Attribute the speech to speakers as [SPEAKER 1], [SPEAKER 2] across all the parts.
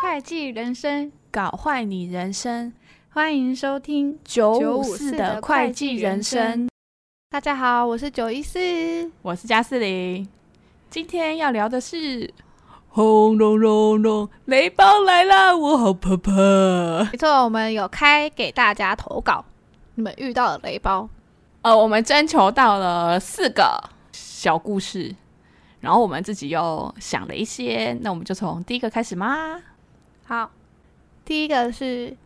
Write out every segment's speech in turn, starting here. [SPEAKER 1] 会计人生，
[SPEAKER 2] 搞坏你人生
[SPEAKER 1] 欢迎收听
[SPEAKER 2] 九五四
[SPEAKER 1] 954
[SPEAKER 2] 的会计人生。。
[SPEAKER 1] 大家好，我是九一四。
[SPEAKER 2] 我是加斯林，今天要聊的是轰隆隆隆，雷暴来啦！我好怕怕。
[SPEAKER 1] 没错，我们有开给大家投稿，你们遇到的雷包。
[SPEAKER 2] 呃，我们征求到了四个小故事，然后我们自己又想了一些，那我们就从第一个开始吗？
[SPEAKER 1] 好，第一个是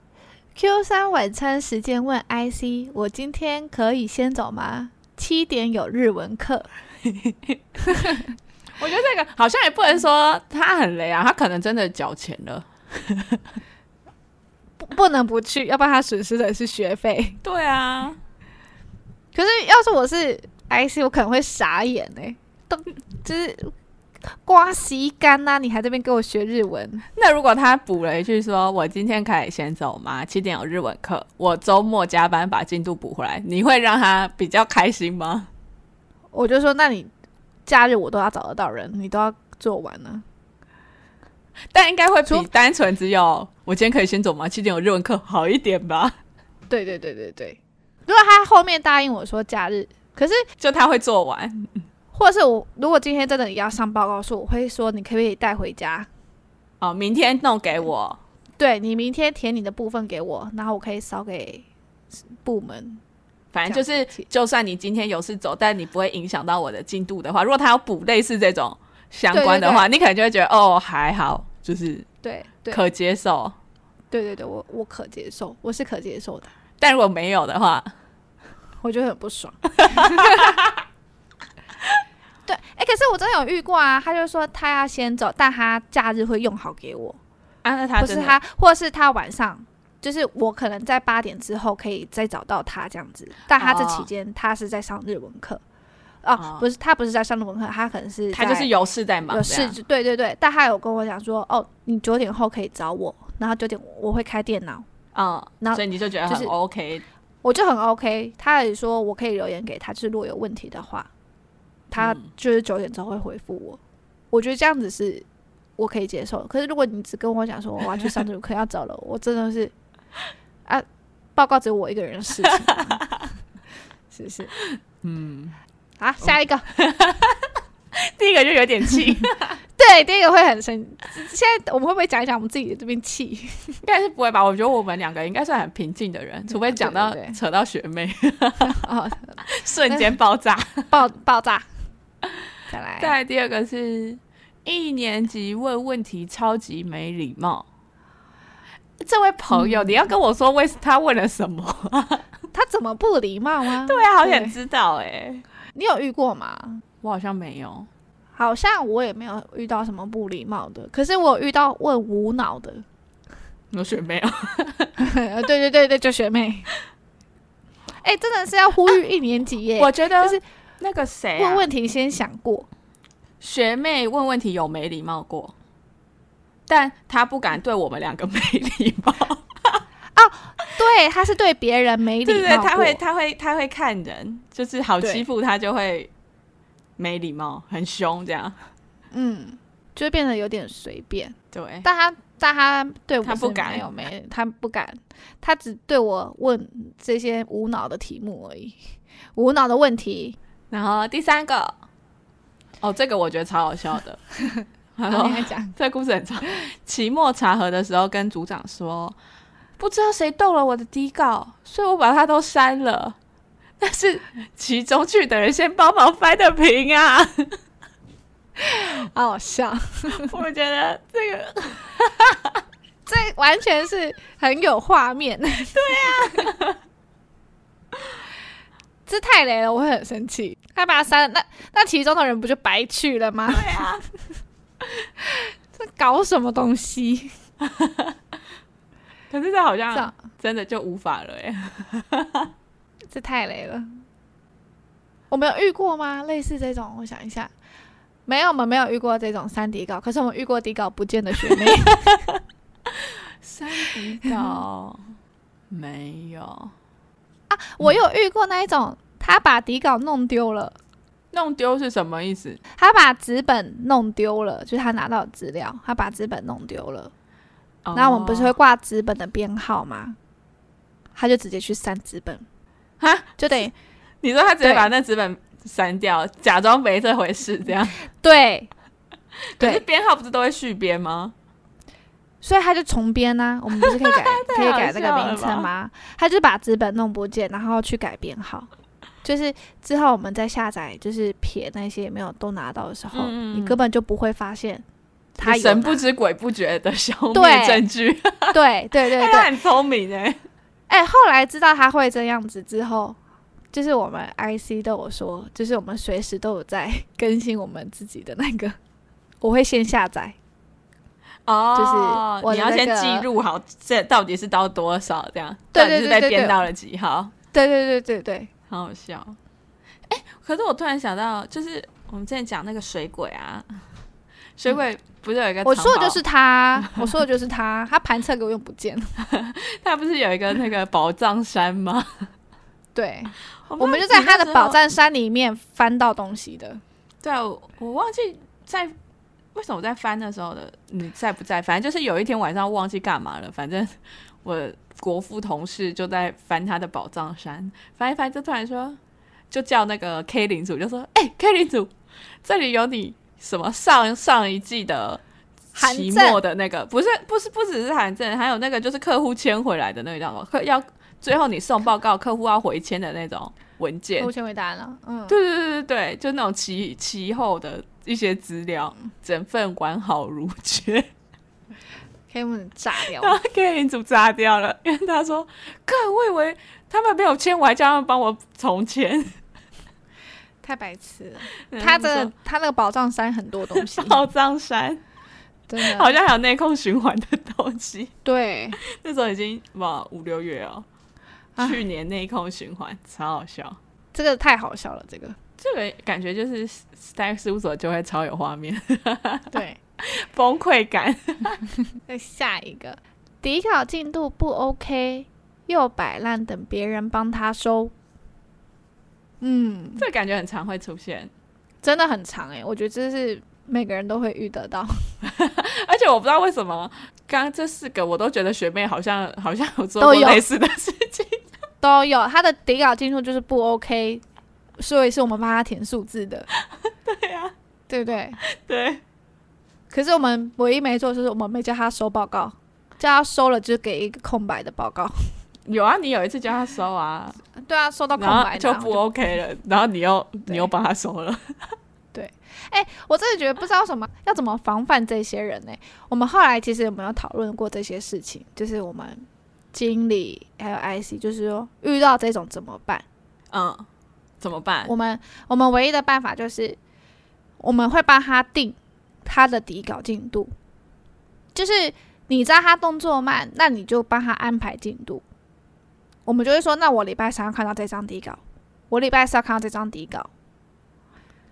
[SPEAKER 1] Q 三晚餐时间问 IC，我今天可以先走吗？七点有日文课，
[SPEAKER 2] 我觉得这个好像也不能说他很雷啊，他可能真的缴钱了。
[SPEAKER 1] 不不能不去，要不然他损失的是学费。
[SPEAKER 2] 对啊，
[SPEAKER 1] 可是要是我是 IC，我可能会傻眼哎、都就是刮洗干呐、你还这边给我学日文，
[SPEAKER 2] 那如果他补了一句说：“我今天可以先走吗？七点有日文课，我周末加班把进度补回来。”你会让他比较开心吗？
[SPEAKER 1] 我就说那你假日我都要找得到人，你都要做完啊呢、
[SPEAKER 2] 但应该会比单纯只有“我今天可以先走吗？七点有日文课”好一点吧？
[SPEAKER 1] 对对对对对，如果他后面答应我说假日，可是
[SPEAKER 2] 就他会做完。
[SPEAKER 1] 或者是我如果今天真的也要上报告书，我会说你可不可以带回家？
[SPEAKER 2] 哦，明天弄给我。
[SPEAKER 1] 对你明天填你的部分给我，然后我可以扫给部门。
[SPEAKER 2] 反正就是
[SPEAKER 1] 这样，
[SPEAKER 2] 就算你今天有事走，但你不会影响到我的进度的话，如果他要补类似这种相关的话，你可能就会觉得哦还好，就是
[SPEAKER 1] 对对
[SPEAKER 2] 可接受。
[SPEAKER 1] 对对对，我我可接受，我是可接受的，
[SPEAKER 2] 但如果没有的话，
[SPEAKER 1] 我就很不 爽。对，哎、可是我真的有遇过啊，他就说他要先走，但他假日会用好给我，
[SPEAKER 2] 啊，那他
[SPEAKER 1] 或
[SPEAKER 2] 真
[SPEAKER 1] 是
[SPEAKER 2] 的
[SPEAKER 1] 他，或是他晚上，就是我可能在八点之后可以再找到他这样子，但他这期
[SPEAKER 2] 哦
[SPEAKER 1] 间他是在上日文课，哦，
[SPEAKER 2] 哦
[SPEAKER 1] 不是，他不是在上日文课，他可能是
[SPEAKER 2] 他就
[SPEAKER 1] 在
[SPEAKER 2] 是有事在忙，
[SPEAKER 1] 有
[SPEAKER 2] 这
[SPEAKER 1] 事
[SPEAKER 2] 样，
[SPEAKER 1] 对对对，但他有跟我讲说，哦，你九点后可以找我，然后九点我会开电脑，
[SPEAKER 2] 嗯，
[SPEAKER 1] 那
[SPEAKER 2] 所以你就觉得
[SPEAKER 1] 就
[SPEAKER 2] 很
[SPEAKER 1] 是
[SPEAKER 2] OK，
[SPEAKER 1] 我就很 OK，他也说我可以留言给他，就是如果有问题的话，他
[SPEAKER 2] 嗯
[SPEAKER 1] 就是九点之后会回复我。我觉得这样子是我可以接受的。可是如果你只跟我讲说我要去上这个课要走 了，我真的是啊，报告只有我一个人的 事情吗，是不是？
[SPEAKER 2] 嗯，
[SPEAKER 1] 好，下一个，
[SPEAKER 2] 第一个就有点气， 应
[SPEAKER 1] 对，第一个会很生。现在我们会不会讲一讲我们自己这边 气？
[SPEAKER 2] 该是不会吧？我觉得我们两个应该算很平静的人，除非讲到
[SPEAKER 1] 对对对
[SPEAKER 2] 扯到学妹，
[SPEAKER 1] 哦，
[SPEAKER 2] 瞬间爆炸。
[SPEAKER 1] 爆爆炸！再来，
[SPEAKER 2] 再来第二个是一年级问问题超级没礼貌。这位朋友，你要跟我说为他问了什么？
[SPEAKER 1] 他怎么不礼貌吗？
[SPEAKER 2] 对啊，好想
[SPEAKER 1] 对
[SPEAKER 2] 知道哎、
[SPEAKER 1] 你有遇过吗？
[SPEAKER 2] 我好像没有，
[SPEAKER 1] 好像我也没有遇到什么不礼貌的，可是我有遇到问无脑的，
[SPEAKER 2] 我学妹啊，
[SPEAKER 1] 对对对对，就学妹。哎、真的是要呼吁一年级耶！
[SPEAKER 2] 我觉得
[SPEAKER 1] 就是
[SPEAKER 2] 那个谁、啊，
[SPEAKER 1] 问问题先想过，
[SPEAKER 2] 学妹问问题有没礼貌过，但她不敢对我们两个没礼貌。
[SPEAKER 1] 对，他是对别人没礼
[SPEAKER 2] 对
[SPEAKER 1] 貌
[SPEAKER 2] 不对，她
[SPEAKER 1] 过
[SPEAKER 2] 会她会她会看人，就是好
[SPEAKER 1] 对
[SPEAKER 2] 欺负她就会没礼貌，很凶这样。
[SPEAKER 1] 嗯，就变得有点随便。
[SPEAKER 2] 对，
[SPEAKER 1] 但他但他对我
[SPEAKER 2] 他不
[SPEAKER 1] 是
[SPEAKER 2] 敢
[SPEAKER 1] 没有没他不敢，他只对我问这些无脑的题目而已，无脑的问题。
[SPEAKER 2] 然后第三个，哦，这个我觉得超好笑 的。然
[SPEAKER 1] 好
[SPEAKER 2] 后
[SPEAKER 1] 你来讲，
[SPEAKER 2] 这故事很长。期末查核的时候，跟组长说，不知道谁动了我的底稿，所以我把它都删了。 但是其中去的人先帮忙翻的平啊。
[SPEAKER 1] 好好笑，
[SPEAKER 2] 我觉得这个
[SPEAKER 1] 这完全是很有画面。对啊，这太雷了，我会很生气。他把他删了，那那其中的人不就白去了吗？对啊，这搞什么东西？
[SPEAKER 2] 可是这好
[SPEAKER 1] 这
[SPEAKER 2] 像真的就无法了哎。
[SPEAKER 1] 这太雷了。我们有遇过吗？类似这种，我想一下，没有，我们没有遇过这种删底稿，可是我们遇过底稿不见的学妹。
[SPEAKER 2] 删底稿 没有
[SPEAKER 1] 我有遇过那一种，他把底稿弄丢了，
[SPEAKER 2] 弄丢是什么意思？
[SPEAKER 1] 他把纸本弄丢了，就是他拿到的资料，他把纸本弄丢了。然后我们不是会
[SPEAKER 2] 哦
[SPEAKER 1] 挂纸本的编号吗？他就直接去删纸本，
[SPEAKER 2] 哈，
[SPEAKER 1] 就等于
[SPEAKER 2] 你说他直接
[SPEAKER 1] 对
[SPEAKER 2] 把那纸本删掉，假装没这回事这样？
[SPEAKER 1] 对
[SPEAKER 2] 可 是
[SPEAKER 1] 对，
[SPEAKER 2] 编号不是都会续编吗？
[SPEAKER 1] 所以他就重编啊呐、我们不是可以改可以改 那
[SPEAKER 2] 太好笑
[SPEAKER 1] 个
[SPEAKER 2] 了
[SPEAKER 1] 名
[SPEAKER 2] 吧
[SPEAKER 1] 称吗？他就把纸本弄不见，然后去改编号。就是之后我们再下载，就是撇那些没有都拿到的时候，
[SPEAKER 2] 嗯嗯嗯
[SPEAKER 1] 你根本就不会发现他有
[SPEAKER 2] 神
[SPEAKER 1] 拿
[SPEAKER 2] 不知鬼不觉的消灭
[SPEAKER 1] 对
[SPEAKER 2] 证据，
[SPEAKER 1] 对对对
[SPEAKER 2] 他
[SPEAKER 1] 对，
[SPEAKER 2] 很聪明哎。
[SPEAKER 1] 哎、后来知道他会这样子之后，就是我们 IC 都有说，就是我们随时都有在更新我们自己的那个，我会先下载，
[SPEAKER 2] 哦，
[SPEAKER 1] 就是我的
[SPEAKER 2] 你要先
[SPEAKER 1] 那个
[SPEAKER 2] 记录好这到底是到多少这样，
[SPEAKER 1] 对
[SPEAKER 2] 到底
[SPEAKER 1] 对
[SPEAKER 2] 是
[SPEAKER 1] 对
[SPEAKER 2] 被
[SPEAKER 1] 对对
[SPEAKER 2] 编到了几号，
[SPEAKER 1] 对对对对对，
[SPEAKER 2] 好好笑。哎、可是我突然想到，就是我们之前讲那个水鬼啊， 水鬼不是有一个、
[SPEAKER 1] 我说的就是他， 我说的就是他，他盘测给我又不见了，
[SPEAKER 2] 他不是有一个那个宝藏山 吗？
[SPEAKER 1] 对，
[SPEAKER 2] 我
[SPEAKER 1] 我
[SPEAKER 2] 忘
[SPEAKER 1] 们
[SPEAKER 2] 记
[SPEAKER 1] 就在他
[SPEAKER 2] 那时
[SPEAKER 1] 的
[SPEAKER 2] 候
[SPEAKER 1] 宝。藏山里面翻到东西的，
[SPEAKER 2] 对啊，我我忘记在为什么我在翻的时候的你在不在？反正就是有一天晚上忘记干嘛了，反正我国父同事就在翻他的宝藏山，翻一翻就突然说，就叫那个 K 领主就说：“哎、k 领主，这里有你什么上上一季的。”
[SPEAKER 1] 韩
[SPEAKER 2] 期
[SPEAKER 1] 正
[SPEAKER 2] 末的那个不是不是不只是韩正，还有那个就是客户签回来的那个叫什么？客要最后你送报告，客户要回签的那种文件
[SPEAKER 1] 我。先回答案了，嗯，
[SPEAKER 2] 对对对对对，就那种其其后的一些资料，整份完好如缺，
[SPEAKER 1] 黑幕炸掉，
[SPEAKER 2] 然后给领主炸掉了，因为他说：“看，我以为他们没有签，我还叫他们帮我重签。
[SPEAKER 1] 太白 痴了，”
[SPEAKER 2] 然
[SPEAKER 1] 他
[SPEAKER 2] 后就
[SPEAKER 1] 的他那个宝藏山很多 东西
[SPEAKER 2] 嗯 说，宝藏山
[SPEAKER 1] 真的，
[SPEAKER 2] 好像还有内控循环的东西，
[SPEAKER 1] 对，
[SPEAKER 2] 那时候已经哇五六月哦，
[SPEAKER 1] 啊
[SPEAKER 2] 去年内控循环超好笑，
[SPEAKER 1] 这个太好笑了，这个，
[SPEAKER 2] 这个感觉就是 Stack 事务所就会超有画 面，
[SPEAKER 1] 对。
[SPEAKER 2] 崩溃感。
[SPEAKER 1] 再下一个，底考进度不 OK，又摆烂等别人帮他收。嗯，
[SPEAKER 2] 这个感觉很常会出现，
[SPEAKER 1] 真的很长诶、欸我觉得这是每个人都会遇得到。
[SPEAKER 2] 而且我不知道为什么，刚刚这四个我都觉得学妹好像 好像有做
[SPEAKER 1] 都
[SPEAKER 2] 过
[SPEAKER 1] 有
[SPEAKER 2] 类似的事情，
[SPEAKER 1] 都有，他的底稿进度就是不 OK，所以是我们帮他填数字的，
[SPEAKER 2] 对呀、
[SPEAKER 1] 对啊不对？
[SPEAKER 2] 对，
[SPEAKER 1] 可是我们唯一没做的就是我们没叫他收报告，叫他收了就给一个空白的报告。
[SPEAKER 2] 有啊，你有一次叫他收 啊，
[SPEAKER 1] 对啊，收到空
[SPEAKER 2] 然
[SPEAKER 1] 白
[SPEAKER 2] 后
[SPEAKER 1] 的
[SPEAKER 2] 就
[SPEAKER 1] 然后
[SPEAKER 2] 不 OK 了， 然后你又
[SPEAKER 1] 对
[SPEAKER 2] 你又帮他收了，
[SPEAKER 1] 我真的觉得不知道什么要怎么防范这些人呢、我们后来其实有没有讨论过这些事情？就是我们经理还有 IC，就是说遇到这种怎么办？
[SPEAKER 2] 嗯，怎么办？
[SPEAKER 1] 我们我们唯一的办法就是我们会帮他定他的底稿进度，就是你知道他动作慢，那你就帮他安排进度。我们就会说，那我礼拜三要看到这张底稿，我礼拜四要看到这张底稿。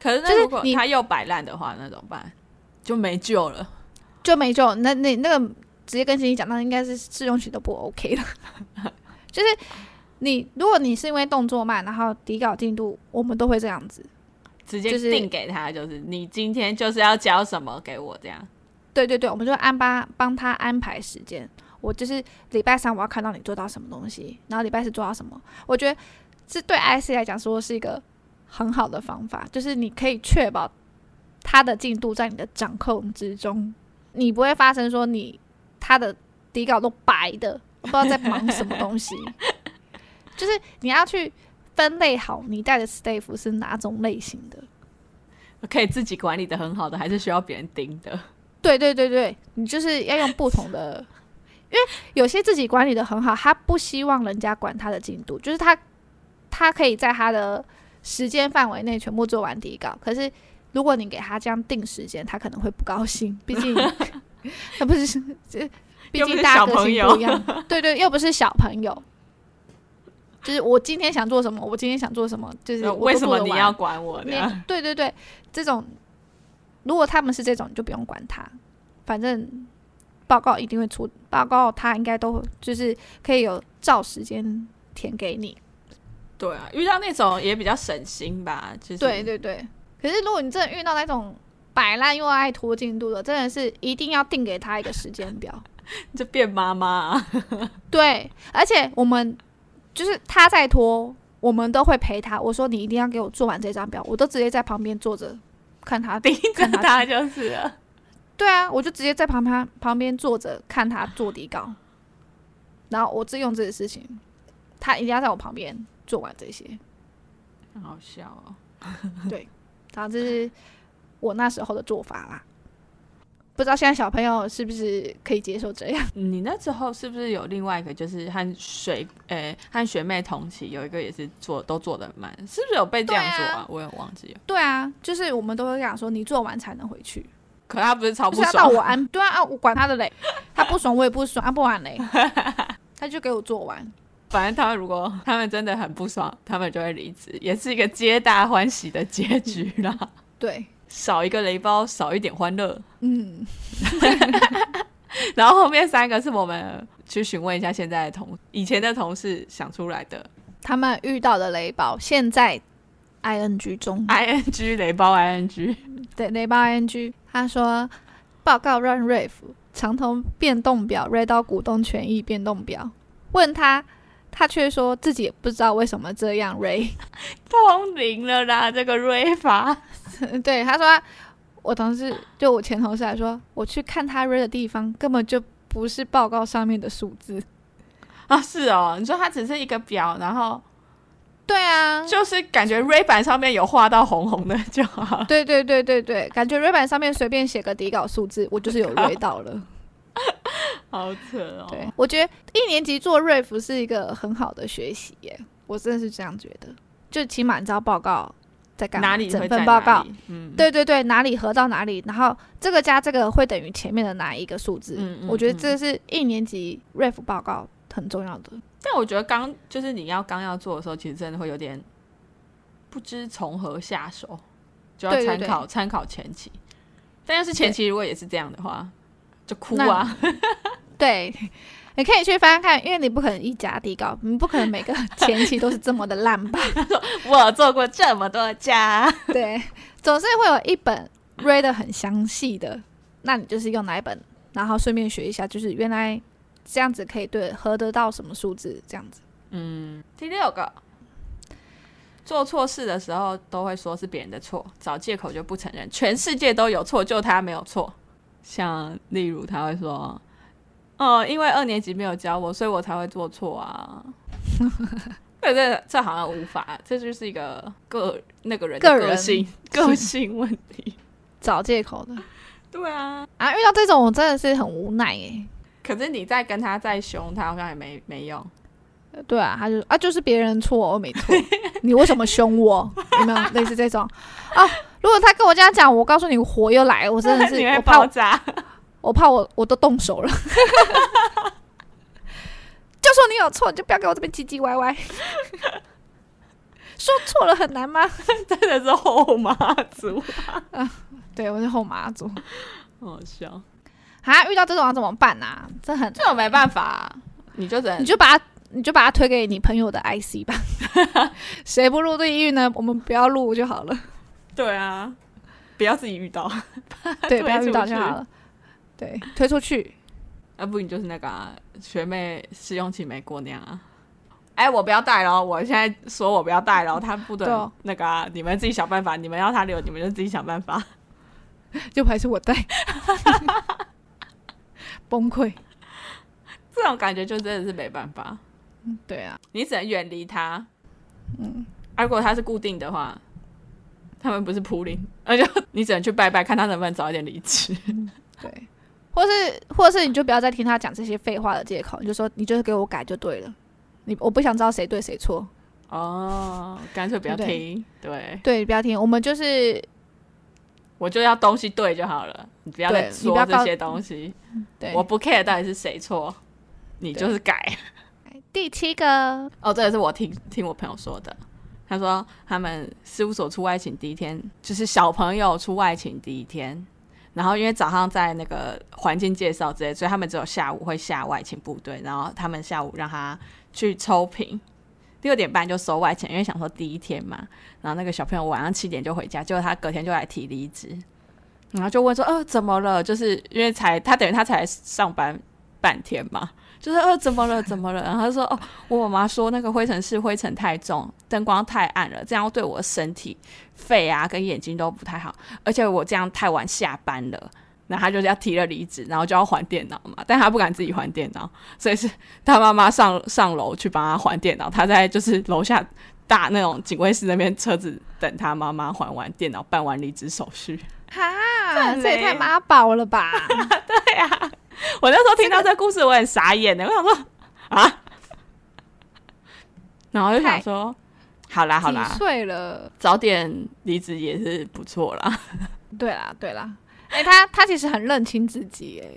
[SPEAKER 2] 可是
[SPEAKER 1] 就
[SPEAKER 2] 那
[SPEAKER 1] 是
[SPEAKER 2] 如果
[SPEAKER 1] 你
[SPEAKER 2] 他又摆烂的话，那怎么办？就没救了。
[SPEAKER 1] 就没救。那那那个直接跟经理讲，那应该是试用期都不 OK 了。 就是你，如果你是因为动作慢，然后底稿进度，我们都会这样子。
[SPEAKER 2] 直接
[SPEAKER 1] 就是
[SPEAKER 2] 定给他，就是你今天就是要交什么给我这样。
[SPEAKER 1] 对对对，我们就安帮帮他安排时间。我就是礼拜三我要看到你做到什么东西，然后礼拜四做到什么。我觉得这对 IC 来讲说是一个很好的方法，就是你可以确保他的进度在你的掌控之中，你不会发生说你他的底稿都白的，我不知道在忙什么东西。就是你要去分类好你带的 staff 是哪种类型的。
[SPEAKER 2] 可以自己管理的很好的，还是需要别人盯的。
[SPEAKER 1] 对对对对，你就是要用不同的，因为有些自己管理的很好，他不希望人家管他的进度，就是他他可以在他的时间范围内全部做完底稿，可是如果你给他这样定时间，他可能会不高兴，毕 竟他不是这，毕
[SPEAKER 2] 又不
[SPEAKER 1] 竟
[SPEAKER 2] 是
[SPEAKER 1] 大
[SPEAKER 2] 小
[SPEAKER 1] 家个
[SPEAKER 2] 朋
[SPEAKER 1] 性
[SPEAKER 2] 友
[SPEAKER 1] 不一样，对对，又不是小朋友。就是我今天想做什么，我今天想做什么，就是我都
[SPEAKER 2] 呃为什
[SPEAKER 1] 做
[SPEAKER 2] 么
[SPEAKER 1] 得
[SPEAKER 2] 你
[SPEAKER 1] 完
[SPEAKER 2] 要管我
[SPEAKER 1] 你
[SPEAKER 2] 呢？
[SPEAKER 1] 对对对，这种如果他们是这种，你就不用管他，反正报告一定会出，报告他应该都就是可以有照时间填给你。
[SPEAKER 2] 对啊，遇到那种也比较省心吧，其实
[SPEAKER 1] 对对对。可是如果你真的遇到那种摆烂又爱拖进度的，真的是一定要定给他一个时间表。
[SPEAKER 2] 就变妈妈啊、
[SPEAKER 1] 对，而且我们就是他在拖，我们都会陪他。我说你一定要给我做完这张表，我都直接在旁边坐着看他
[SPEAKER 2] 盯着
[SPEAKER 1] 看他
[SPEAKER 2] 他就是了。
[SPEAKER 1] 对啊，我就直接在旁边旁边坐着看他做底稿，然后我自己用自己的事情，他一定要在我旁边做完这些。
[SPEAKER 2] 很好笑哦。
[SPEAKER 1] 然后这是我那时候的做法啦。不知道现在小朋友是不是可以接受这样？
[SPEAKER 2] 嗯你那时候是不是有另外一个，就是和水诶、和学妹同期有一个也是做都做的慢，是不是有被这样做
[SPEAKER 1] 对
[SPEAKER 2] 啊？
[SPEAKER 1] 啊
[SPEAKER 2] 我也忘记了。
[SPEAKER 1] 对啊，就是我们都会讲说你做完才能回去，
[SPEAKER 2] 可他不是超
[SPEAKER 1] 不
[SPEAKER 2] 不
[SPEAKER 1] 是要到
[SPEAKER 2] 爽，
[SPEAKER 1] 我安？ 对啊，啊我管他的嘞，他不爽我也不爽，啊不然嘞，他就给我做完。
[SPEAKER 2] 反正他们如果他们真的很不爽，他们就会离职，也是一个皆大欢喜的结局啦。
[SPEAKER 1] 对，
[SPEAKER 2] 少一个雷包，少一点欢乐。
[SPEAKER 1] 嗯，
[SPEAKER 2] 然后后面三个是我们去询问一下现在的同以前的同事想出来的
[SPEAKER 1] 他们遇到的雷暴现在 ing 中，
[SPEAKER 2] ，ing 雷包 ing。
[SPEAKER 1] 对雷暴 ing，他说报告让瑞夫长通变动表瑞到股东权益变动表，问他，他却说自己也不知道为什么这样瑞。
[SPEAKER 2] 通灵了啦，这个瑞法。
[SPEAKER 1] 对，他说我同事就我前同事来说，我去看他瑞的地方根本就不是报告上面的数字。
[SPEAKER 2] 啊，是哦，你说它只是一个表，然后
[SPEAKER 1] 对啊，
[SPEAKER 2] 就是感觉 Ray 版上面有画到红红的就好，
[SPEAKER 1] 对对对对对，感觉瑞版上面随便写个底稿数字，我就是有瑞到了。
[SPEAKER 2] 好扯哦
[SPEAKER 1] 对，我觉得一年级做瑞服是一个很好的学习耶，我真的是这样觉得。就起码你知道报告在干嘛，
[SPEAKER 2] 哪里
[SPEAKER 1] 整
[SPEAKER 2] 会在
[SPEAKER 1] 份
[SPEAKER 2] 哪
[SPEAKER 1] 报告
[SPEAKER 2] 里，嗯，
[SPEAKER 1] 对对对，哪里合到哪里，然后这个加这个会等于前面的哪一个数字？
[SPEAKER 2] 嗯嗯
[SPEAKER 1] 我觉得
[SPEAKER 2] 嗯
[SPEAKER 1] 这是一年级 ref 报告很重要的。
[SPEAKER 2] 但我觉得刚就是你要刚要做的时候，其实真的会有点不知从何下手，就要
[SPEAKER 1] 对对
[SPEAKER 2] 参
[SPEAKER 1] 对
[SPEAKER 2] 考参考前期。但要是前期如果也是这样的话，就哭
[SPEAKER 1] 那
[SPEAKER 2] 啊！
[SPEAKER 1] 对， 你可以去翻翻看，因为你不可能一家底稿，你不可能每个 前期都是这么的烂吧？
[SPEAKER 2] 我做过这么多家，
[SPEAKER 1] 对，总是会有一本 read 得很详细的，那你就是用哪一本，然后顺便学一下，就是原来这样子可以对合得到什么数字这样子。
[SPEAKER 2] 嗯，第六个，做错事的时候都会说是别人的错，找借口就不承认，全世界都有错，就他没有错。像例如他会说：“哦，因为二年级没有教我，所以我才会做错 啊。”这这这好像无法，这就是一个个那个人的
[SPEAKER 1] 个
[SPEAKER 2] 个
[SPEAKER 1] 人
[SPEAKER 2] 性个性问题。
[SPEAKER 1] 找借口 的
[SPEAKER 2] 对啊，
[SPEAKER 1] 啊，遇到这种我真的是很无奈诶、
[SPEAKER 2] 可是你再跟他再凶，他好像也没没用。
[SPEAKER 1] 对啊，他就啊，就是别人错，我没 错，你为什么凶 我？有没有类似这种啊？如果他跟我这样讲，我告诉你，火又来了，我真的 是
[SPEAKER 2] 你会
[SPEAKER 1] 我怕
[SPEAKER 2] 爆
[SPEAKER 1] 我
[SPEAKER 2] 炸。
[SPEAKER 1] 我怕我我都动手了。 就说你有错，你就不要给我这边唧唧歪歪。 说错了很难吗？
[SPEAKER 2] 真的是后妈族，
[SPEAKER 1] 对我是后妈族
[SPEAKER 2] 好笑。
[SPEAKER 1] 啊，遇到这种要怎么办啊？这很，
[SPEAKER 2] 这种没办法、啊你就只
[SPEAKER 1] 你
[SPEAKER 2] 能
[SPEAKER 1] 就把它，你就把它推给你朋友的 IC 吧。 谁不入地狱呢？我们不要入就 好了。
[SPEAKER 2] 对啊，不要自己遇 到，
[SPEAKER 1] 对，
[SPEAKER 2] 推
[SPEAKER 1] 不要遇到
[SPEAKER 2] 出
[SPEAKER 1] 就好
[SPEAKER 2] 去
[SPEAKER 1] 了。对，推出去。
[SPEAKER 2] 要不你就是那个、啊、学妹试用期没过那样啊。哎，我不要带了，我现在说我不要带了，他不
[SPEAKER 1] 对
[SPEAKER 2] 准
[SPEAKER 1] 哦
[SPEAKER 2] 那个、啊，你们自己想办法，你们要他留，你们就自己想办法。
[SPEAKER 1] 就还是我带， 崩溃。
[SPEAKER 2] 这种感觉就真的是没办法，
[SPEAKER 1] 对啊，
[SPEAKER 2] 你只能远离他。
[SPEAKER 1] 嗯，
[SPEAKER 2] 啊如果他是固定的话，他们不是普林，而且你只能去拜拜，看他能不能早一点离职。
[SPEAKER 1] 对，或是或是你就不要再听他讲这些废话的借口，你就说你就是给我改就对了，你我不想知道谁对谁错，
[SPEAKER 2] 哦，干脆不要
[SPEAKER 1] 对不对
[SPEAKER 2] 听，对
[SPEAKER 1] 对，不要听，我们就是
[SPEAKER 2] 我就要东西对就好了，你不要再
[SPEAKER 1] 对你不
[SPEAKER 2] 说
[SPEAKER 1] 要
[SPEAKER 2] 这
[SPEAKER 1] 告
[SPEAKER 2] 些东西。
[SPEAKER 1] 对
[SPEAKER 2] 我。不 care 到底是谁错，你
[SPEAKER 1] 对
[SPEAKER 2] 就是改。
[SPEAKER 1] 第七个，
[SPEAKER 2] 哦，这也是我听听我朋友说的。他说他们事务所出外勤第一天，就是小朋友出外勤第一天，然后因为早上在那个环境介绍之类，所以他们只有下午会下外勤部队，然后他们下午让他去抽瓶，六点半就收外勤，因为想说第一天嘛。然后那个小朋友晚上七点就回家，结果他隔天就来提离职，然后就问说：“呃，怎么了？”就是因为才他等于他才上班半天嘛，就是呃怎么了怎么了？然后他说：“哦，我妈妈说那个灰尘室灰尘太重，灯光太暗了，这样对我身体、肺啊跟眼睛都不太好，而且我这样太晚下班了。”然后他就是要提了离职，然后就要还电脑嘛，但他不敢自己还电脑，所以是他妈妈上上楼去帮他还电脑，他在就是楼下大那种警卫室那边车子等他妈妈还完电脑，办完离职手续。
[SPEAKER 1] 哈，
[SPEAKER 2] 很
[SPEAKER 1] 这也
[SPEAKER 2] 雷
[SPEAKER 1] 太妈宝了 吧！
[SPEAKER 2] 对呀、我那时候听到这故事，我很傻眼的，我想说啊，然后就想说，好啦好
[SPEAKER 1] 几
[SPEAKER 2] 啦，
[SPEAKER 1] 岁了？
[SPEAKER 2] 早点离职也是不错啦。
[SPEAKER 1] 对啦，对啦。哎、他他其实很认清自己、哎，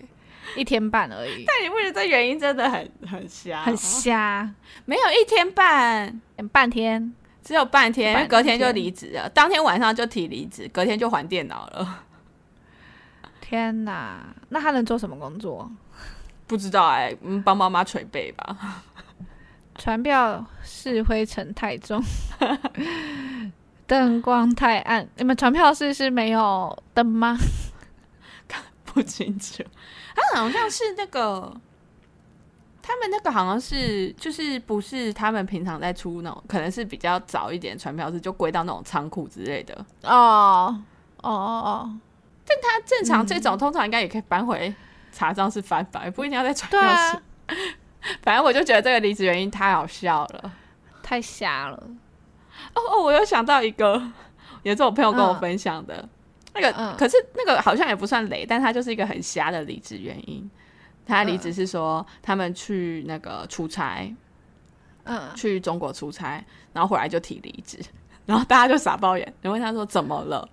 [SPEAKER 1] 一天半而 已，
[SPEAKER 2] 但你不觉得这原因真的很很瞎
[SPEAKER 1] 很瞎，
[SPEAKER 2] 没有一天半。
[SPEAKER 1] 嗯半天。
[SPEAKER 2] 只有半天，因为
[SPEAKER 1] 半
[SPEAKER 2] 隔天就
[SPEAKER 1] 天
[SPEAKER 2] 离职了。当天晚上就提离职，隔天就还电脑了。
[SPEAKER 1] 天哪，那他能做什么工作？
[SPEAKER 2] 不知道哎、嗯，帮妈妈捶背吧。
[SPEAKER 1] 传票是灰尘太重， 灯光太暗。你们传票室是没有灯吗？
[SPEAKER 2] 不清楚，他好像是那个，他们那个好像是就是不是他们平常在出那种，可能是比较早一点传票是就归到那种仓库之类的。
[SPEAKER 1] 哦哦哦，
[SPEAKER 2] 那正常这种通常应该也可以搬回查账室翻吧，也不一定要在传
[SPEAKER 1] 对
[SPEAKER 2] 票
[SPEAKER 1] 啊
[SPEAKER 2] 室。，反正我就觉得这个离职原因太好笑了。
[SPEAKER 1] 太瞎了。
[SPEAKER 2] 哦哦，我又想到一个，也是我朋友跟我分享的，那个、
[SPEAKER 1] 嗯
[SPEAKER 2] 可是那个好像也不算雷，但他就是一个很瞎的离职原因。他离职是说他们去那个出差，
[SPEAKER 1] 嗯，
[SPEAKER 2] 去中国出差，然后回来就提离职， 然后大家就傻爆眼，你问他说怎么了？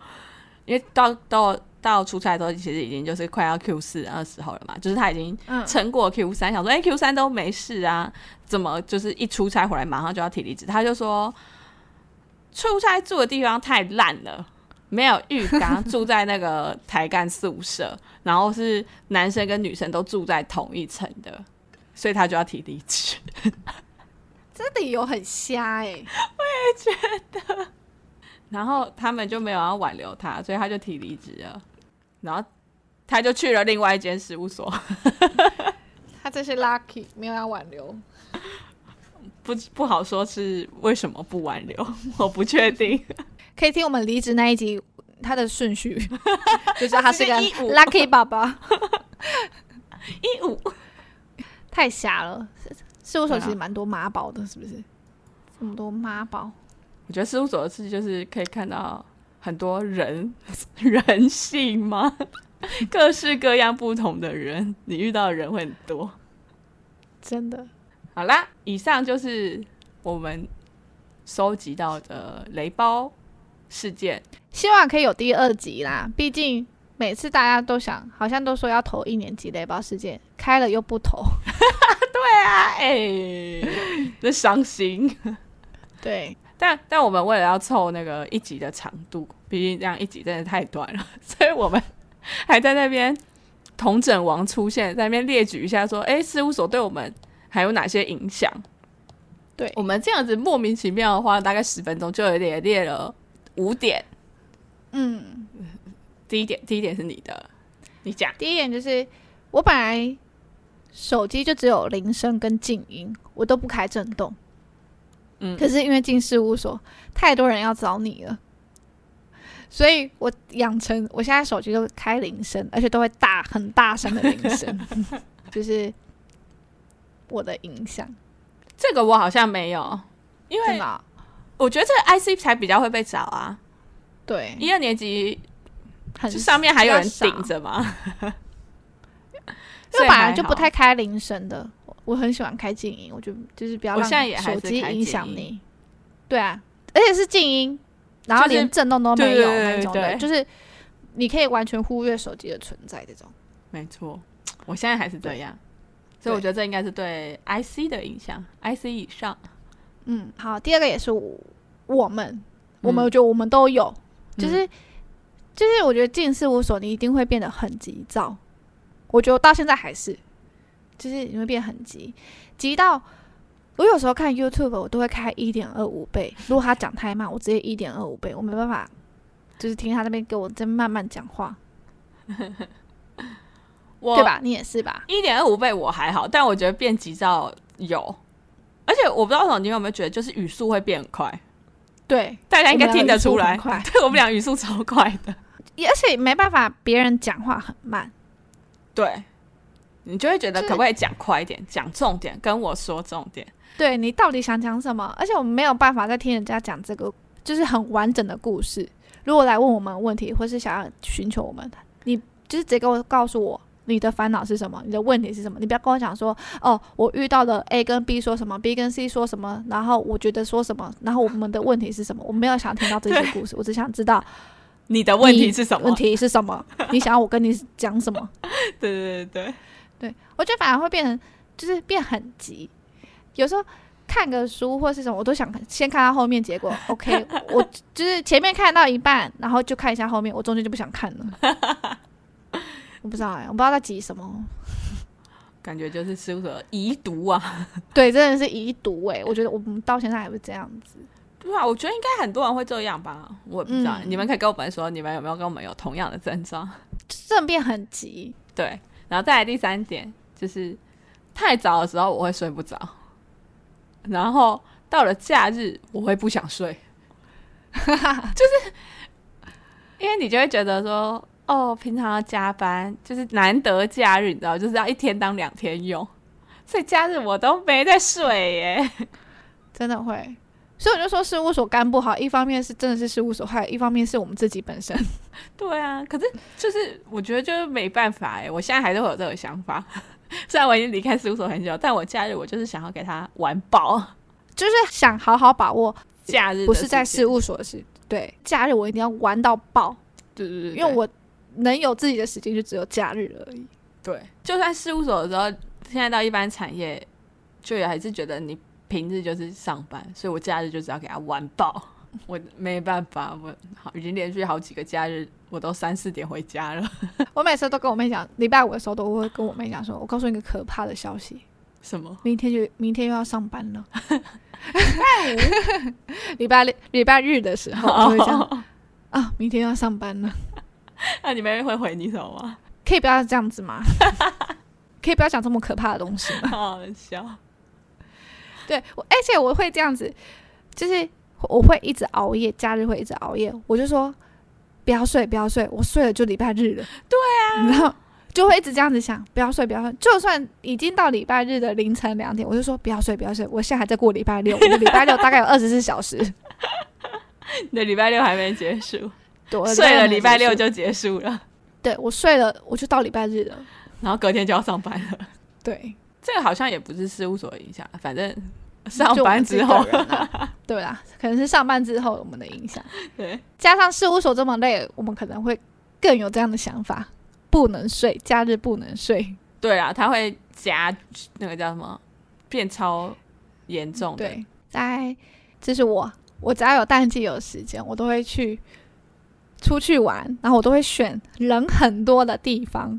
[SPEAKER 2] 因为到到到出差的时候，其实已经就是快要 Q 四那时候了嘛，就是他已经
[SPEAKER 1] 嗯
[SPEAKER 2] 撑过 Q 三，想说哎、Q 三都没事啊，怎么就是一出差回来马上就要提离职？他就说出差住的地方太烂了。没有浴缸，住在那个台干宿舍，然后是男生跟女生都住在同一层的，所以他就要提离职。
[SPEAKER 1] 这理由很瞎哎、
[SPEAKER 2] 然后他们就没有要挽留他，所以他就提离职了。然后他就去了另外一间事务所，
[SPEAKER 1] 他这是 lucky，没有要挽留。
[SPEAKER 2] 不不好说是为什么不挽留， 我不确定。
[SPEAKER 1] 可以听我们离职那一集，他的顺序 就知道他是个
[SPEAKER 2] 他是个义务
[SPEAKER 1] lucky 爸 爸，
[SPEAKER 2] 一五
[SPEAKER 1] 太瞎了。事务
[SPEAKER 2] 对
[SPEAKER 1] 所
[SPEAKER 2] 啊
[SPEAKER 1] 其实蛮多妈宝的，是不是？这么多妈宝，
[SPEAKER 2] 我觉得事务所的事就是可以看到很多人 人性吗？ 各式各样不同的人，你遇到的人会很多。
[SPEAKER 1] 真的
[SPEAKER 2] 好啦，以上就是我们收集到的雷包事件。
[SPEAKER 1] 希望可以有第二集啦。毕竟每次大家都想，好像都说要投一年级雷暴事件，开了又不投。
[SPEAKER 2] 哎、 这伤心。
[SPEAKER 1] 对，
[SPEAKER 2] 但但我们为了要凑那个一集的长度，毕竟这样一集真的太短了， 所以我们还在那边同整王出现，在那边列举一下说，哎、事务所对我们还有哪些影响？
[SPEAKER 1] 对
[SPEAKER 2] 我们这样子莫名其妙的话，大概十分钟就有点列了五点。
[SPEAKER 1] 嗯，
[SPEAKER 2] 第一点，第一点是你的，你讲。
[SPEAKER 1] 第一点就是我本来手机就只有铃声跟静音，我都不开震动。
[SPEAKER 2] 嗯
[SPEAKER 1] 可是因为进事务所，太多人要找你了，所以我养成我现在手机都开铃声，而且都会大很大声的铃声， 就是我的影响，
[SPEAKER 2] 这个我好像没有，因
[SPEAKER 1] 真
[SPEAKER 2] 为
[SPEAKER 1] 的啊、
[SPEAKER 2] 我觉得这个 IC 才比较会被找啊。
[SPEAKER 1] 对，
[SPEAKER 2] 一二年级
[SPEAKER 1] 很
[SPEAKER 2] 就上面还有人
[SPEAKER 1] 比较少
[SPEAKER 2] 顶着嘛，
[SPEAKER 1] 因为我本来
[SPEAKER 2] 所以还好
[SPEAKER 1] 就不太开铃声的，我我很喜欢开静音，我就就是不要
[SPEAKER 2] 我
[SPEAKER 1] 让
[SPEAKER 2] 现在也还
[SPEAKER 1] 手
[SPEAKER 2] 是
[SPEAKER 1] 机
[SPEAKER 2] 开
[SPEAKER 1] 影
[SPEAKER 2] 静
[SPEAKER 1] 响
[SPEAKER 2] 音
[SPEAKER 1] 你。对啊，而且是静音，然后
[SPEAKER 2] 就是
[SPEAKER 1] 连震动都没
[SPEAKER 2] 对
[SPEAKER 1] 有
[SPEAKER 2] 对对
[SPEAKER 1] 那种的，
[SPEAKER 2] 对
[SPEAKER 1] 就是你可以完全忽略手机的存在这种。
[SPEAKER 2] 没错，我现在还是这样，所
[SPEAKER 1] 对
[SPEAKER 2] 以我觉得这应该是对 IC 的影响，IC 以上。
[SPEAKER 1] 嗯，好，第二个也是我我们，我们我觉得我们都有，就是就是我觉得进事务所你一定会变得很急躁，我觉得我到现在还是，就是你会变得很急，急到我有时候看 YouTube，我都会开一点二五倍。如果他讲太慢，我直接一点二五倍，我没办法，就是听他那边给我在慢慢讲话，对
[SPEAKER 2] 我
[SPEAKER 1] 吧？你也是吧？
[SPEAKER 2] 一点二五倍我还好，但我觉得变急躁有，而且我不知道为什么你们有没有觉得，就是语速会变很快，
[SPEAKER 1] 对，
[SPEAKER 2] 大家应该听得出来
[SPEAKER 1] 我们两个语速很。快，
[SPEAKER 2] 对我们俩语速超快的，
[SPEAKER 1] 也而且没办法，别人讲话很慢。
[SPEAKER 2] 对，你就会觉得
[SPEAKER 1] 就是
[SPEAKER 2] 可不可以讲快一点，讲重点，跟我说重点。
[SPEAKER 1] 对你到底想讲什么？而且我们没有办法再听人家讲这个，就是很完整的故事。如果来问我们问题，或是想要寻求我们，你就是直接给我告诉我你的烦恼是什么，你的问题是什么。你不要跟我讲说，哦，我遇到了 A 跟 B 说什么，B 跟 C 说什么，然后我觉得说什么，然后我们的问题是什么。我没有想听到这些故事，我只想知道
[SPEAKER 2] 你的问题
[SPEAKER 1] 你
[SPEAKER 2] 是 什么
[SPEAKER 1] 问？题是什么，你想要我跟你讲什么。
[SPEAKER 2] 对对对对，
[SPEAKER 1] 对，我觉得反而会变成就是变很急。有时候看个书或是什么，我都想先看到后面结果。OK，我就是前面看到一半，然后就看一下后面，我中间就不想看了。我不知道哎、我不知道在急什么。
[SPEAKER 2] 感觉就是适合遗毒啊。
[SPEAKER 1] 对，真的是遗毒哎、我觉得我们到现在还是这样子。
[SPEAKER 2] 对啊，我觉得应该很多人会这样吧，我也不知道。
[SPEAKER 1] 嗯
[SPEAKER 2] 你们可以跟我们说，你们有没有跟我们有同样的症状？
[SPEAKER 1] 就是真的变很急，
[SPEAKER 2] 对，然后再来第三点就是太早的时候我会睡不着，然后到了假日我会不想睡， 就是因为你就会觉得说，哦，平常要加班，就是难得假日，你知道，就是要一天当两天用，所以假日我都没在睡耶。
[SPEAKER 1] 真的会。所以我就说事务所干不好，一方面是真的是事务所害，一方面是我们自己本身。
[SPEAKER 2] 对啊，可是就是我觉得就是没办法哎，我现在还是会有这个想法。 虽然我已经离开事务所很久，但我假日我就是想要给他玩爆。
[SPEAKER 1] 就是想好好把握，
[SPEAKER 2] 假日的
[SPEAKER 1] 不是在
[SPEAKER 2] 时
[SPEAKER 1] 事
[SPEAKER 2] 间
[SPEAKER 1] 务所是对假日我一定要玩到爆，
[SPEAKER 2] 对对对，
[SPEAKER 1] 因为我能有自己的时间就只有假日而已。
[SPEAKER 2] 对，就算事务所的时候，现在到一般产业，就也还是觉得你平日就是上班，所以我假日就是要给他玩爆。 我没办法，我好已经连续好几个假日，我都三四点回家了。
[SPEAKER 1] 我每次都跟我妹讲，礼拜五的时候都会跟我妹讲说，我告诉你一个可怕的消息，
[SPEAKER 2] 什么？
[SPEAKER 1] 明天就明天又要上班了。 礼拜六、礼拜日的时候，我会讲
[SPEAKER 2] 哦
[SPEAKER 1] 啊，明天又要上班了，
[SPEAKER 2] 那你妹妹会回你什么吗？
[SPEAKER 1] 可以不要这样子吗？ 可以不要讲这么可怕的东西吗？
[SPEAKER 2] 好好笑。
[SPEAKER 1] 对，我而且我会这样子，就是我会一直熬夜，假日会一直熬夜，我就说不要睡，不要睡，我睡了就礼拜日 了。对啊，然后就会一直这样子想，不要睡，不要睡，就算已经到礼拜日的凌晨两点，我就说不要睡，不要睡，我现在还在过礼拜六，我的礼拜六大概有二十四 小时，
[SPEAKER 2] 你的礼拜六还没结束，
[SPEAKER 1] 对，我的
[SPEAKER 2] 睡了礼拜
[SPEAKER 1] 还
[SPEAKER 2] 六
[SPEAKER 1] 没结束
[SPEAKER 2] 就结束了，
[SPEAKER 1] 对我睡了，我就到礼拜日了，
[SPEAKER 2] 然后隔天就要上班了。
[SPEAKER 1] 对，
[SPEAKER 2] 这个好像也不是事务所的影响，反正 上
[SPEAKER 1] 就我
[SPEAKER 2] 班
[SPEAKER 1] 们自己
[SPEAKER 2] 之后
[SPEAKER 1] 个，人啊 对啦，可能是上班之后我们的影 响。
[SPEAKER 2] 对，
[SPEAKER 1] 加上事务所这么累，我们可能会更有这样的想法：不能睡，假日不能睡。
[SPEAKER 2] 对啊，他会加那个叫什么变超严重的。
[SPEAKER 1] 对，在这是我，我只要有淡季有时间，我都会去出去玩，然后我都会选人很多的地方，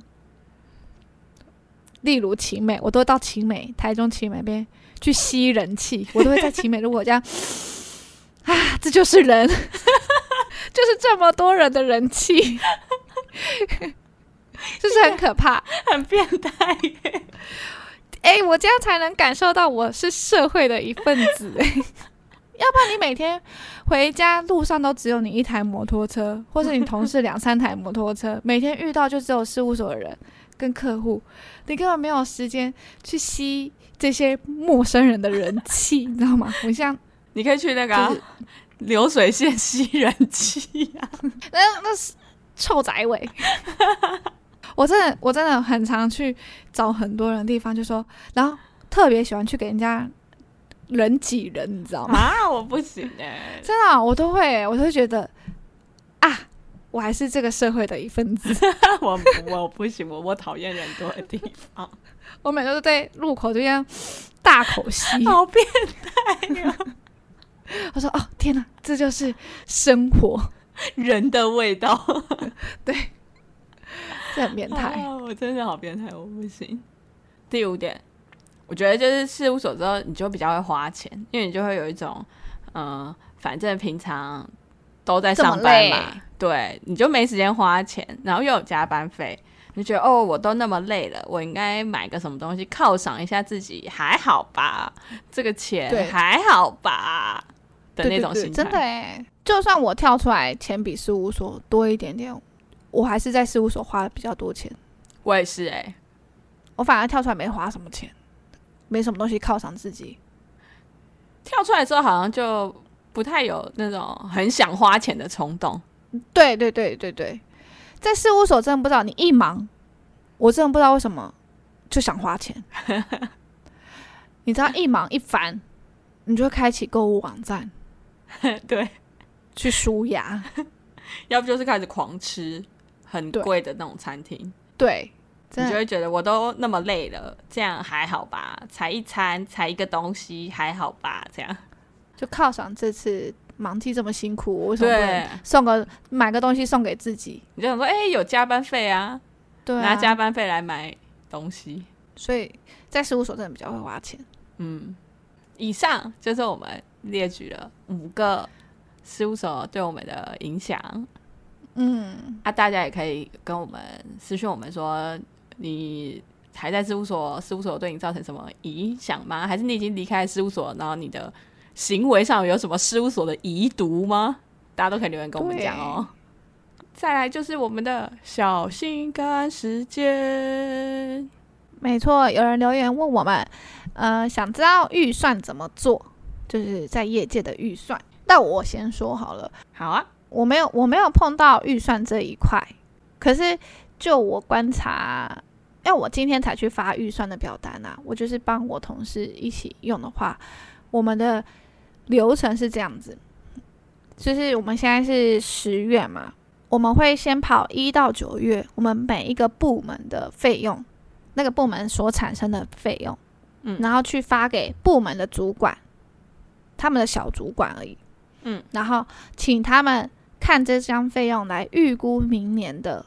[SPEAKER 1] 例如奇美，我都会到奇美、台中奇美那边去吸人气，我都会在奇美，如果这样。啊，这就是人， 就是这么多人的人气， 就是很可怕。
[SPEAKER 2] 很变态耶。
[SPEAKER 1] 哎、我这样才能感受到我是社会的一份子、 哎，要不然你每天回家路上都只有你一台摩托车，或是你同事两三台摩托车，每天遇到就只有事务所的人跟客户，你根本没有时间去吸这些陌生人的人气，你知道吗？我像
[SPEAKER 2] 你可以去那个、啊
[SPEAKER 1] 就是
[SPEAKER 2] 流水线吸人气啊，
[SPEAKER 1] 那那是臭宅尾。 我真的我真的很常去找很多人的地方，就说，然后特别喜欢去给人家人挤人，你知道 吗？
[SPEAKER 2] 啊我不行哎、
[SPEAKER 1] 真的啊、我都会欸、我都会觉得啊，我还是这个社会的一份子。
[SPEAKER 2] 我我不行，我我讨厌人多的地方，
[SPEAKER 1] 我每次都在路口就这样大口吸，
[SPEAKER 2] 好变
[SPEAKER 1] 我说哦天哪，这就是生活，
[SPEAKER 2] 人的味道，
[SPEAKER 1] 这很变态。
[SPEAKER 2] 哦啊我真的好变态，我不行。第五点，我觉得就是事务所之后，你就比较会花钱，因为你就会有一种，嗯、反正平常都在上班
[SPEAKER 1] 这么
[SPEAKER 2] 嘛，对，你就没时间花钱，然后又有加班费，你就觉得哦，我都那么累了，我应该买个什么东西犒赏一下自己，还好吧？这个
[SPEAKER 1] 对
[SPEAKER 2] 钱还好吧？的那
[SPEAKER 1] 对对
[SPEAKER 2] 种
[SPEAKER 1] 对
[SPEAKER 2] 心态，
[SPEAKER 1] 真的哎，就算我跳出来钱比事务所多一点点，我还是在事务所花的比较多钱。
[SPEAKER 2] 我也是哎、
[SPEAKER 1] 我反而跳出来没花什么钱，没什么东西犒赏自己。
[SPEAKER 2] 跳出来之后好像就不太有那种很想花钱的冲动。
[SPEAKER 1] 对对对对对，在事务所真的不知道，你一忙，我真的不知道为什么就想花 钱。你知道，一忙一烦，你就会开启购物网站
[SPEAKER 2] 对，
[SPEAKER 1] 去舒压。
[SPEAKER 2] 要不就是开始狂吃很
[SPEAKER 1] 对
[SPEAKER 2] 贵的那种餐厅，
[SPEAKER 1] 对，
[SPEAKER 2] 你
[SPEAKER 1] 真
[SPEAKER 2] 就
[SPEAKER 1] 的
[SPEAKER 2] 会觉得我都那么累了，这样还好吧？才一餐，才一个东西，还好吧？这样
[SPEAKER 1] 就犒赏这次忙季这么辛苦，我为什么不能
[SPEAKER 2] 对，
[SPEAKER 1] 送个买个东西送给自己？
[SPEAKER 2] 你就想说，哎、有加班费啊，
[SPEAKER 1] 对啊，
[SPEAKER 2] 拿加班费来买东西。
[SPEAKER 1] 所以在事务所真的比较会花钱。
[SPEAKER 2] 嗯，以上就是我们列举了五个事务所对我们的影响。
[SPEAKER 1] 嗯，
[SPEAKER 2] 啊，大家也可以跟我们私讯我们说，你还在事务所，事务所对你造成什么影响吗？还是你已经离开事务所，然后你的行为上有什么事务所的遗毒吗？大家都可以留言跟我们讲哦。再来就是我们的小心肝时间，
[SPEAKER 1] 没错，有人留言问我们，呃，想知道预算怎么做，就是在业界的预算。那我先说好了，
[SPEAKER 2] 好啊，
[SPEAKER 1] 我没有我没有碰到预算这一块，可是就我观察，因为我今天才去发预算的表单啊，我就是帮我同事一起用的话，我们的流程是这样子，就是我们现在是十月嘛，我们会先跑一到九月，我们每一个部门的费用，那个部门所产生的费用，
[SPEAKER 2] 嗯
[SPEAKER 1] 然后去发给部门的主管，他们的小主管而已，
[SPEAKER 2] 嗯，
[SPEAKER 1] 然后请他们看这项费用来预估明年的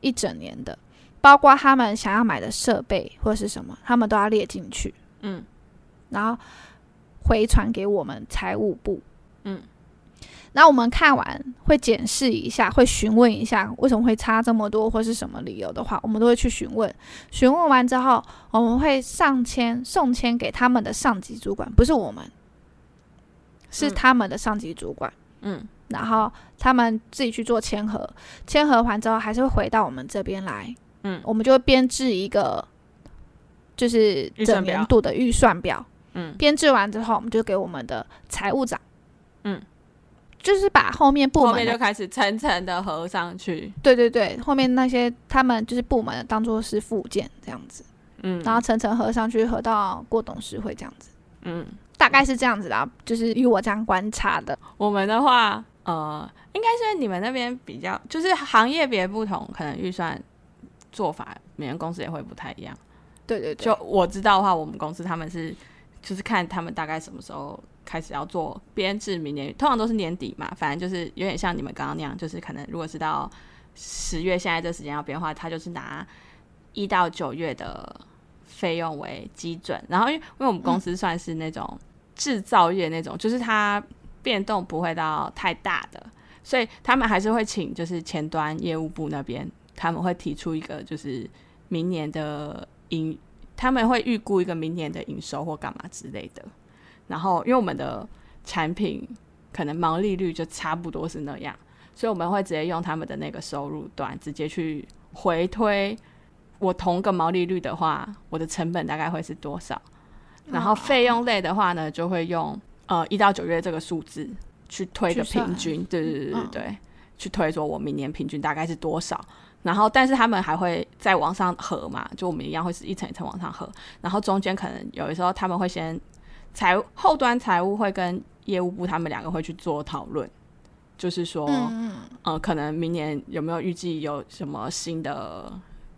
[SPEAKER 1] 一整年的，包括他们想要买的设备或是什么，他们都要列进去，
[SPEAKER 2] 嗯，
[SPEAKER 1] 然后回传给我们财务部，
[SPEAKER 2] 嗯，
[SPEAKER 1] 那我们看完会检视一下，会询问一下为什么会差这么多或是什么理由的话，我们都会去询问。询问完之后，我们会上签送签给他们的上级主管，不是我们，是
[SPEAKER 2] 嗯
[SPEAKER 1] 他们的上级主管。
[SPEAKER 2] 嗯，
[SPEAKER 1] 然后他们自己去做签合，签合完之后还是会回到我们这边来，
[SPEAKER 2] 嗯
[SPEAKER 1] 我们就会编制一个就是
[SPEAKER 2] 预
[SPEAKER 1] 整
[SPEAKER 2] 算表
[SPEAKER 1] 年度的预算表，
[SPEAKER 2] 嗯
[SPEAKER 1] 编制完之后我们就给我们的财务长，
[SPEAKER 2] 嗯，
[SPEAKER 1] 就是把后面部
[SPEAKER 2] 后
[SPEAKER 1] 门
[SPEAKER 2] 面
[SPEAKER 1] 的
[SPEAKER 2] 就开始层层的合上去，
[SPEAKER 1] 对对对，后面那些他们就是部门的当做是附件这样子，
[SPEAKER 2] 嗯，
[SPEAKER 1] 然后层层合上去，合到过董事会这样子，
[SPEAKER 2] 嗯。
[SPEAKER 1] 大概是这样子啦，就是以我这样观察的，
[SPEAKER 2] 我们的话，呃，应该是你们那边比较，就是行业别不同，可能预算做法，每间公司也会不太一样。
[SPEAKER 1] 对对对，
[SPEAKER 2] 就我知道的话，我们公司他们是就是看他们大概什么时候开始要做编制，明年通常都是年底嘛，反正就是有点像你们刚刚那样，就是可能如果是到十月现在这时间要编的话，他就是拿一到九月的费用为基准，然后因为因为我们公司算是那种制造业那种，就是它变动不会到太大的，所以他们还是会请就是前端业务部那边，他们会提出一个就是明年的营，他们会预估一个明年的营收或干嘛之类的。然后因为我们的产品可能毛利率就差不多是那样，所以我们会直接用他们的那个收入端直接去回推。我同个毛利率的话，我的成本大概会是多少？然后费用类的话呢，就会用呃一到九月这个数字去推个
[SPEAKER 1] 去算
[SPEAKER 2] 平均，对对对对
[SPEAKER 1] 嗯
[SPEAKER 2] 对，去推说我明年平均大概是多少。然后，但是他们还会再往上合嘛，就我们一样会是一层一层往上合。然后中间可能有的时候他们会先财务后端财务会跟业务部他们两个会去做讨论，就是说，
[SPEAKER 1] 嗯嗯，
[SPEAKER 2] 呃，可能明年有没有预计有什么新的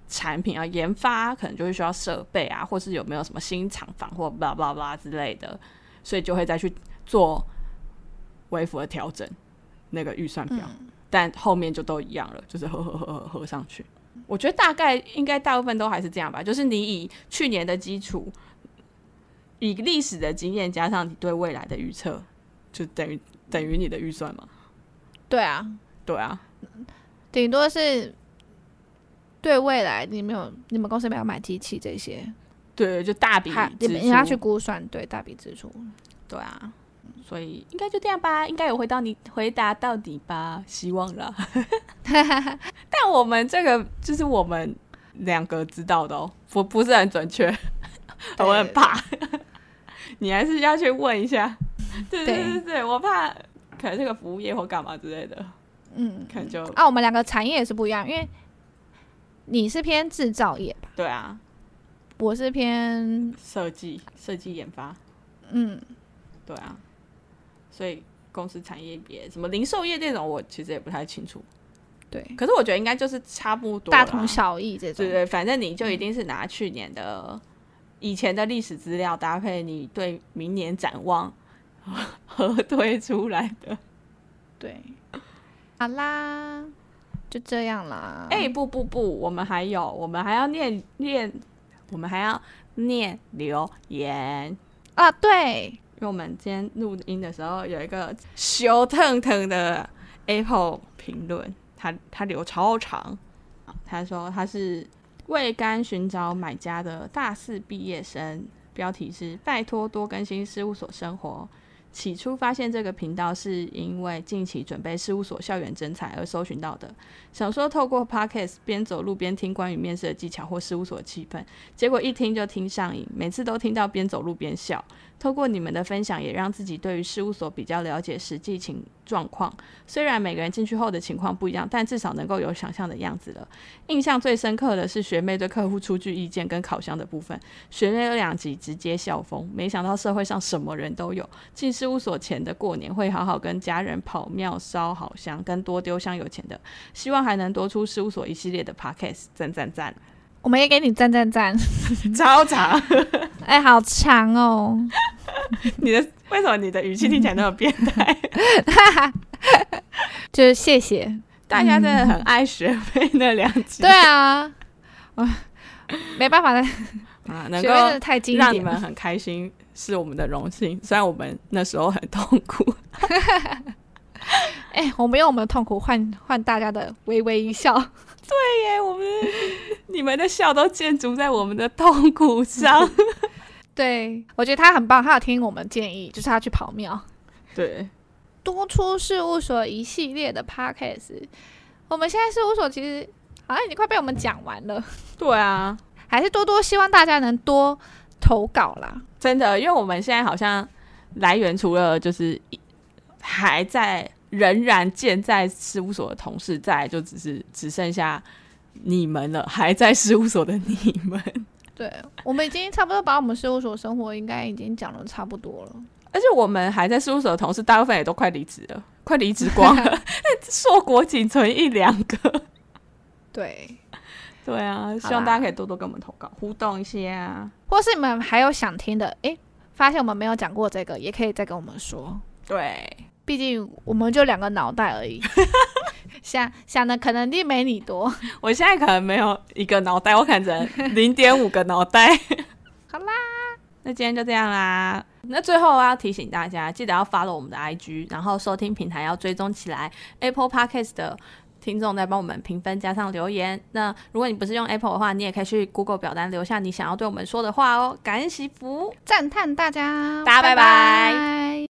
[SPEAKER 2] 产品要研发，可能就会需要设备啊，或是有没有什么新厂房或 blah blah blah 之类的，所以就会再去做微幅的调整那个预算表，
[SPEAKER 1] 嗯
[SPEAKER 2] 但后面就都一样了，就是合合合合合上去。我觉得大概应该大部分都还是这样吧，就是你以去年的基础，以历史的经验加上你对未来的预测，就等于等于你的预算嘛？
[SPEAKER 1] 对啊，
[SPEAKER 2] 对啊，
[SPEAKER 1] 顶多是对未来你没有你们公司没有买机器这些，
[SPEAKER 2] 对，就大笔
[SPEAKER 1] 还你
[SPEAKER 2] 支
[SPEAKER 1] 们
[SPEAKER 2] 出
[SPEAKER 1] 你要去估算对大笔支出。
[SPEAKER 2] 对啊，所以应该就这样吧，应该有回到你回答到底吧，希望 啦。但我们这个就是我们两个知道的哦，不不是很准确，
[SPEAKER 1] 对
[SPEAKER 2] 我很怕。你还是要去问一下，对对
[SPEAKER 1] 对
[SPEAKER 2] 对对，我怕可能这个服务业或干嘛之类的，
[SPEAKER 1] 嗯，
[SPEAKER 2] 可能就
[SPEAKER 1] 啊，我们两个产业也是不一样，因为你是偏制造业吧，
[SPEAKER 2] 对啊，
[SPEAKER 1] 我是偏
[SPEAKER 2] 设计设计研发，
[SPEAKER 1] 嗯
[SPEAKER 2] 对啊，所以公司产业别什么零售业这种，我其实也不太清楚。
[SPEAKER 1] 对，
[SPEAKER 2] 可是我觉得应该就是差不多啦，啊
[SPEAKER 1] 大同小嗯异这种
[SPEAKER 2] 对。对，反正你就一定是拿去年的、以前的历史资料搭配你对明年展望 核对出来的。
[SPEAKER 1] 对，好啦，就这样啦。
[SPEAKER 2] 哎、不不不，我们还有，我们还要念念，我们还要念留言。
[SPEAKER 1] 啊，对，
[SPEAKER 2] 因为我们今天录音的时候有一个羞腾腾的 Apple 评论，他他留超长，他说他是为甘寻找买家的大四毕业生，标题是拜托多更新事务所生活。起初发现这个频道是因为近期准备事务所校园征才而搜寻到的，想说透过 podcast 边走路边听关于面试的技巧或事务所的气氛，结果一听就听上瘾，每次都听到边走路边笑。透过你们的分享，也让自己对于事务所比较了解实际情状况。虽然每个人进去后的情况不一样，但至少能够有想象的样子了。印象最深刻的是学妹对客户出具意见跟烤箱的部分，学妹有两集直接笑疯。没想到社会上什么人都有。进事务所前的过年会好好跟家人跑庙烧好香，跟多丢香油钱的。希望还能多出事务所一系列的 podcast，赞赞赞，
[SPEAKER 1] 我们也给你赞赞赞。
[SPEAKER 2] 超长。
[SPEAKER 1] 哎、好长哦，
[SPEAKER 2] 你的为什么你的语气听起来那么变态？
[SPEAKER 1] 就是谢谢。
[SPEAKER 2] 大家真的很爱学妹那两集，
[SPEAKER 1] 嗯对啊，我没办法的，
[SPEAKER 2] 啊，能
[SPEAKER 1] 学
[SPEAKER 2] 够
[SPEAKER 1] 妹真的太经
[SPEAKER 2] 让你
[SPEAKER 1] 典
[SPEAKER 2] 们
[SPEAKER 1] 了。
[SPEAKER 2] 很开心是我们的荣幸，虽然我们那时候很痛苦。
[SPEAKER 1] 哎、我们用我们的痛苦换换大家的微微一笑。
[SPEAKER 2] 对耶，我们你们的笑都建筑在我们的痛苦 上。
[SPEAKER 1] 对，我觉得他很棒，他有听我们建议，就是他去跑庙，
[SPEAKER 2] 对，
[SPEAKER 1] 多出事务所一系列的 podcast。我们现在事务所其实好像已经快被我们讲完了，
[SPEAKER 2] 对啊，
[SPEAKER 1] 还是多多希望大家能多投稿啦。
[SPEAKER 2] 真的，因为我们现在好像来源除了就是一还在仍然健在事务所的同事在，就只是只剩下你们了，还在事务所的你们。
[SPEAKER 1] 对，我们已经差不多把我们事务所生活应该已经讲的差不多了。
[SPEAKER 2] 而且我们还在事务所的同事，大部分也都快离职了，快离职光 了，那硕果仅存一两个。
[SPEAKER 1] 对，
[SPEAKER 2] 对啊，希望大家可以多多跟我们投稿，互动一些啊。
[SPEAKER 1] 或是你们还有想听的，诶，发现我们没有讲过这个，也可以再跟我们说。
[SPEAKER 2] 对，
[SPEAKER 1] 毕竟我们就两个脑袋而 已，想想的可能力没你多。
[SPEAKER 2] 我现在可能没有一个脑袋，我可能只 能零点五个脑袋。
[SPEAKER 1] 好啦，
[SPEAKER 2] 那今天就这样啦。那最后要提醒大家，记得要 follow 我们的 IG，然后收听平台要追踪起来。Apple Podcast 的听众在帮我们评分加上留言。那如果你不是用 Apple 的话，你也可以去 Google 表单留下你想要对我们说的话哦。感恩惜福。
[SPEAKER 1] 赞叹大家，
[SPEAKER 2] 大家拜拜
[SPEAKER 1] 拜